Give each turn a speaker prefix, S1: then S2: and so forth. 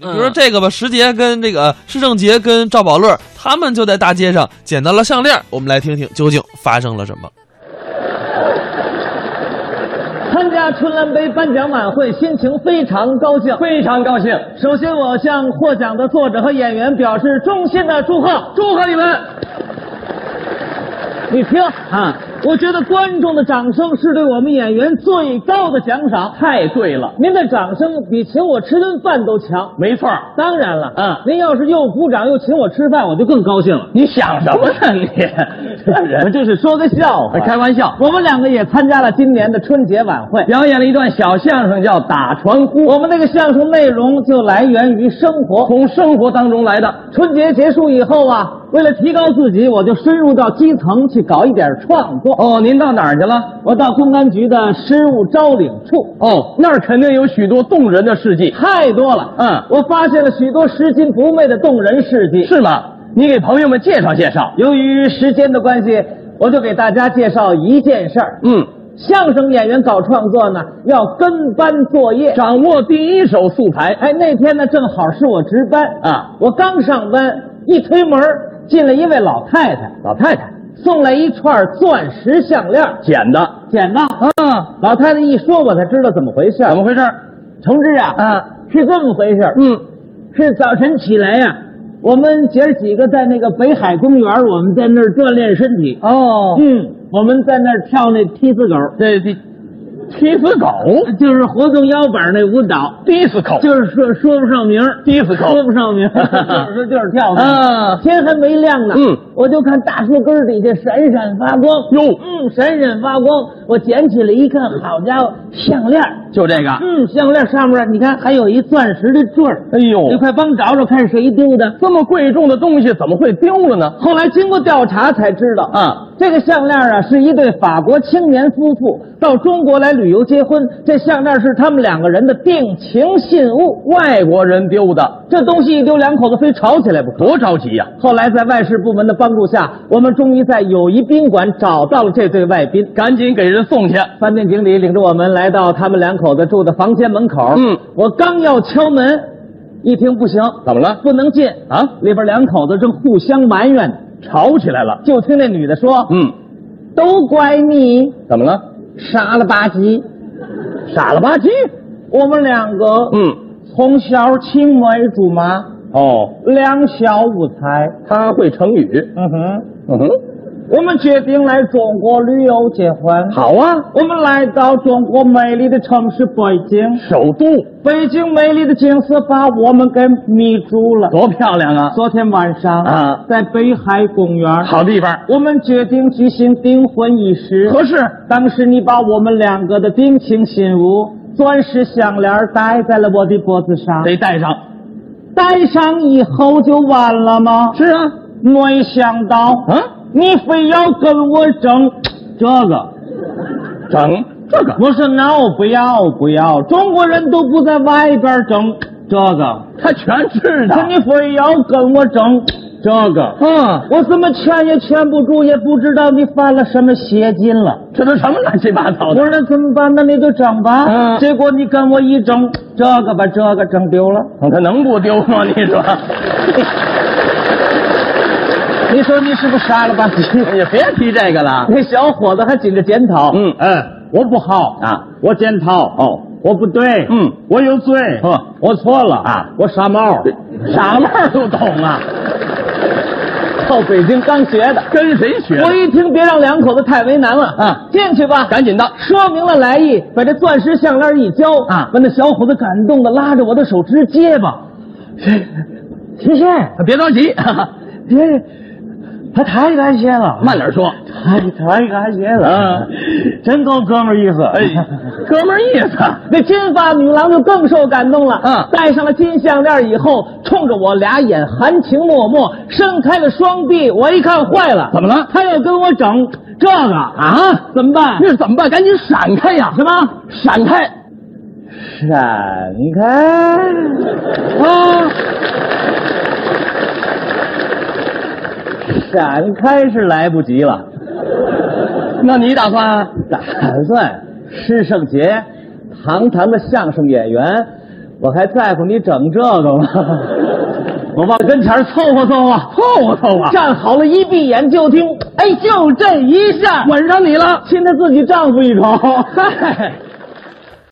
S1: 比如说这个吧，石杰跟这个施正杰跟赵宝乐，他们就在大街上捡到了项链。我们来听听究竟发生了什么。
S2: 参加春兰杯颁奖晚会，心情非常高兴。
S3: 非常高兴，
S2: 首先，我向获奖的作者和演员表示衷心的祝贺。
S3: 祝贺你们！
S2: 你听，
S3: 啊，
S2: 我觉得观众的掌声是对我们演员最高的奖赏。
S3: 太对了，
S2: 您的掌声比请我吃顿饭都强。
S3: 没错儿。
S2: 当然了，
S3: 嗯
S2: 您要是又鼓掌又请我吃饭，我就更高兴了。
S3: 你想什么呢 你？这
S2: 我
S3: 人
S2: 这是说个笑话。
S3: 开玩笑，
S2: 我们两个也参加了今年的春节晚会。
S3: 表演了一段小相声，叫打船呼，
S2: 我们那个相声内容就来源于生活。
S3: 从生活当中来的。
S2: 春节结束以后啊，为了提高自己，我就深入到基层去搞一点创作。
S3: 哦，您到哪儿去了？
S2: 我到公安局的失物招领处，
S3: 哦，那儿肯定有许多动人的事迹，
S2: 太多了。
S3: 嗯
S2: 我发现了许多拾金不昧的动人事迹。
S3: 是吗？你给朋友们介绍介绍。
S2: 由于时间的关系，我就给大家介绍一件事儿。
S3: 嗯，
S2: 相声演员搞创作呢，要跟班作业。
S3: 掌握第一手素材
S2: 哎，那天呢，正好是我值班
S3: 啊
S2: 我刚上班，一推门儿进来一位老太太，
S3: 老太太
S2: 送来一串钻石项链儿，
S3: 捡的
S2: 捡的。
S3: 啊？
S2: 老太太一说，我才知道怎么回事儿。
S3: 怎么回事？
S2: 同志啊，
S3: 啊，
S2: 是这么回事儿
S3: 嗯，
S2: 是早晨起来呀、我们姐儿几个在那个北海公园，我们在那儿锻炼身体。
S3: 哦，
S2: 嗯，我们在那儿跳那踢死狗，
S3: 这这，踢死狗
S2: 就是活动腰板那舞蹈，
S3: 踢死狗
S2: 就是说说不上名儿，
S3: 踢死狗
S2: 说不上 名儿，就是说就是跳的。
S3: 啊
S2: 天还没亮呢，
S3: 嗯，
S2: 我就看大树根儿底下闪闪发光，
S3: 哟
S2: 嗯，闪闪发光。我捡起来一看，好家伙，项链儿，
S3: 就这个。
S2: 嗯，项链上面你看还有一钻石的坠儿，
S3: 哎呦
S2: 你快帮找找看谁丢的。
S3: 这么贵重的东西怎么会丢了呢？
S2: 后来经过调查才知道，
S3: 啊，
S2: 这个项链啊是一对法国青年夫妇到中国来旅游结婚，这项链是他们两个人的定情信物。
S3: 外国人丢的，
S2: 这东西一丢，两口子非吵起来不可。
S3: 多着急呀、
S2: 后来在外事部门的帮助下，我们终于在友谊宾馆找到了这对外宾。
S3: 赶紧给人送去。
S2: 饭店经理领着我们来到他们两口子住的房间门口。
S3: 嗯，
S2: 我刚要敲门，一听不行，
S3: 怎么了？
S2: 不能进
S3: 啊！
S2: 里边两口子正互相埋怨呢，
S3: 吵起来了。
S2: 就听那女的说：“
S3: 嗯，
S2: 都怪你，
S3: 怎么了？
S2: 傻了吧唧。”
S3: 傻了吧唧。
S2: 我们两个，，
S3: 嗯，
S2: 从小青梅竹马，
S3: 哦，
S2: 两小无猜。
S3: 他会成语。
S2: 嗯哼，
S3: 嗯哼，
S2: 我们决定来中国旅游结婚。，
S3: 好啊，
S2: 我们来到中国美丽的城市北京，
S3: 首都
S2: 北京美丽的景色把我们给迷住了。
S3: 多漂亮啊！
S2: 昨天晚上
S3: 啊
S2: 在北海公园，
S3: 好地方，
S2: 我们决定举行订婚仪式。
S3: 合适。
S2: 当时你把我们两个的定情信物钻石项链戴在了我的脖子上。
S3: 得带上。
S2: 戴上以后就完了吗？
S3: 是啊，
S2: 没想到，
S3: 啊，
S2: 你非要跟我争这个。
S3: 整这个，
S2: 我说 no，不要不要，中国人都不在外边争这个，
S3: 他全知道
S2: 可。你非要跟我争这个，
S3: 嗯，
S2: 我怎么劝也劝不住，也不知道你犯了什么邪禁了。
S3: 这都什么乱七八糟
S2: 我说
S3: 的？
S2: 那怎么办？那你就争吧。
S3: 嗯
S2: 结果你跟我一争，这个把这个争丢了。
S3: 他能不丢吗？你 说，
S2: 你说你是不是傻了吧唧？
S3: 你别提这个了。
S2: 那小伙子还紧着检讨。
S3: 嗯
S2: 嗯，我不好
S3: 啊，
S2: 我检讨
S3: 哦，
S2: 我不对，
S3: 嗯，
S2: 我有罪，
S3: 呵
S2: 我错了
S3: 啊，
S2: 我傻帽，
S3: 傻帽儿都懂啊，
S2: 到北京刚学的。
S3: 跟谁学的？
S2: 我一听，别让两口子太为难了
S3: 啊，
S2: 进去吧，
S3: 赶紧的，
S2: 说明了来意，把这钻石项链一交
S3: 啊
S2: 把那小伙子感动的拉着我的手直结巴，哎谢谢，
S3: 别着 急，
S2: 这他太感谢了，
S3: 慢点说。
S2: 太太感谢了，
S3: 啊
S2: 嗯真够哥们儿意思，
S3: 哎，哥们儿意思，
S2: 那金发女郎就更受感动了。
S3: 嗯
S2: 戴上了金项链以后，冲着我俩眼含情脉脉，伸开了双臂。我一看，坏了，
S3: 怎么了
S2: 他要跟我整这个啊？怎么办
S3: 那？是怎么办？赶紧闪开呀！
S2: 什么？
S3: 闪开！
S2: 闪开！啊！闪开是来不及 了，
S3: 那你打
S2: 啊
S3: 算？
S2: 打算施圣杰，堂堂的相声演员，我还在乎你整这个吗？ 我往跟前儿凑合凑合，
S3: 凑合凑合，
S2: 站好了，一闭眼就听，哎，就这一下，
S3: 吻上你了。
S2: 亲了自己丈夫一口。
S3: 嗨，